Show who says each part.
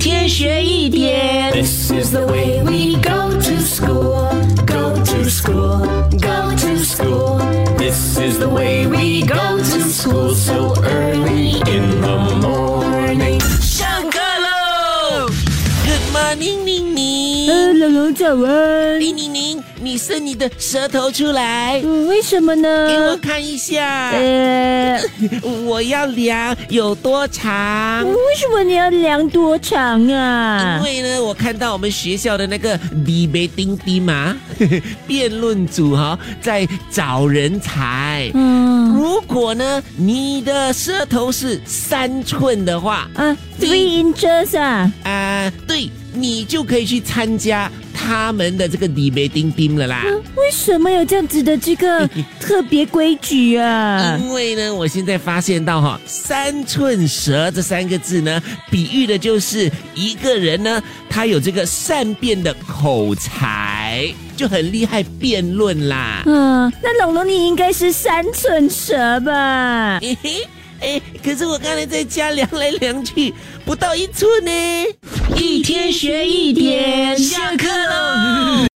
Speaker 1: 再学一点。
Speaker 2: This is the way we go to school. Go to school. Go to school. This is the way we go to school so early in the morning.
Speaker 3: 上课喽！Good morning，宁宁。
Speaker 1: 呃，老龙早安。
Speaker 3: 李宁宁，你伸你的舌头出来，
Speaker 1: 嗯，为什么
Speaker 3: 给我
Speaker 1: 呢？
Speaker 3: 看一下。
Speaker 1: 呃，
Speaker 3: 我要量有多长。
Speaker 1: 为什么你要量多长啊
Speaker 3: 因？为呢，我看到我们学校的那个 debating 嘛， 辩论组哈、在找人才。
Speaker 1: 嗯
Speaker 3: 如果呢，你的舌头是三寸的话，
Speaker 1: 啊，three inches 啊，
Speaker 3: 啊，对你就可以去参加他们的这个 debating team 了啦。
Speaker 1: 嗯为什么有这样子的这个 特别规矩啊？
Speaker 3: 因为呢，我现在发现到哈、三寸舌”这三个字呢，比喻的就是一个人呢，他有这个善辩的口才，就很厉害辩论啦。
Speaker 1: 嗯，那龙龙你应该是三寸舌吧？
Speaker 3: 嘿嘿，哎，可是我刚才在家量来量去，不到一寸呢。一天学一点，下课喽。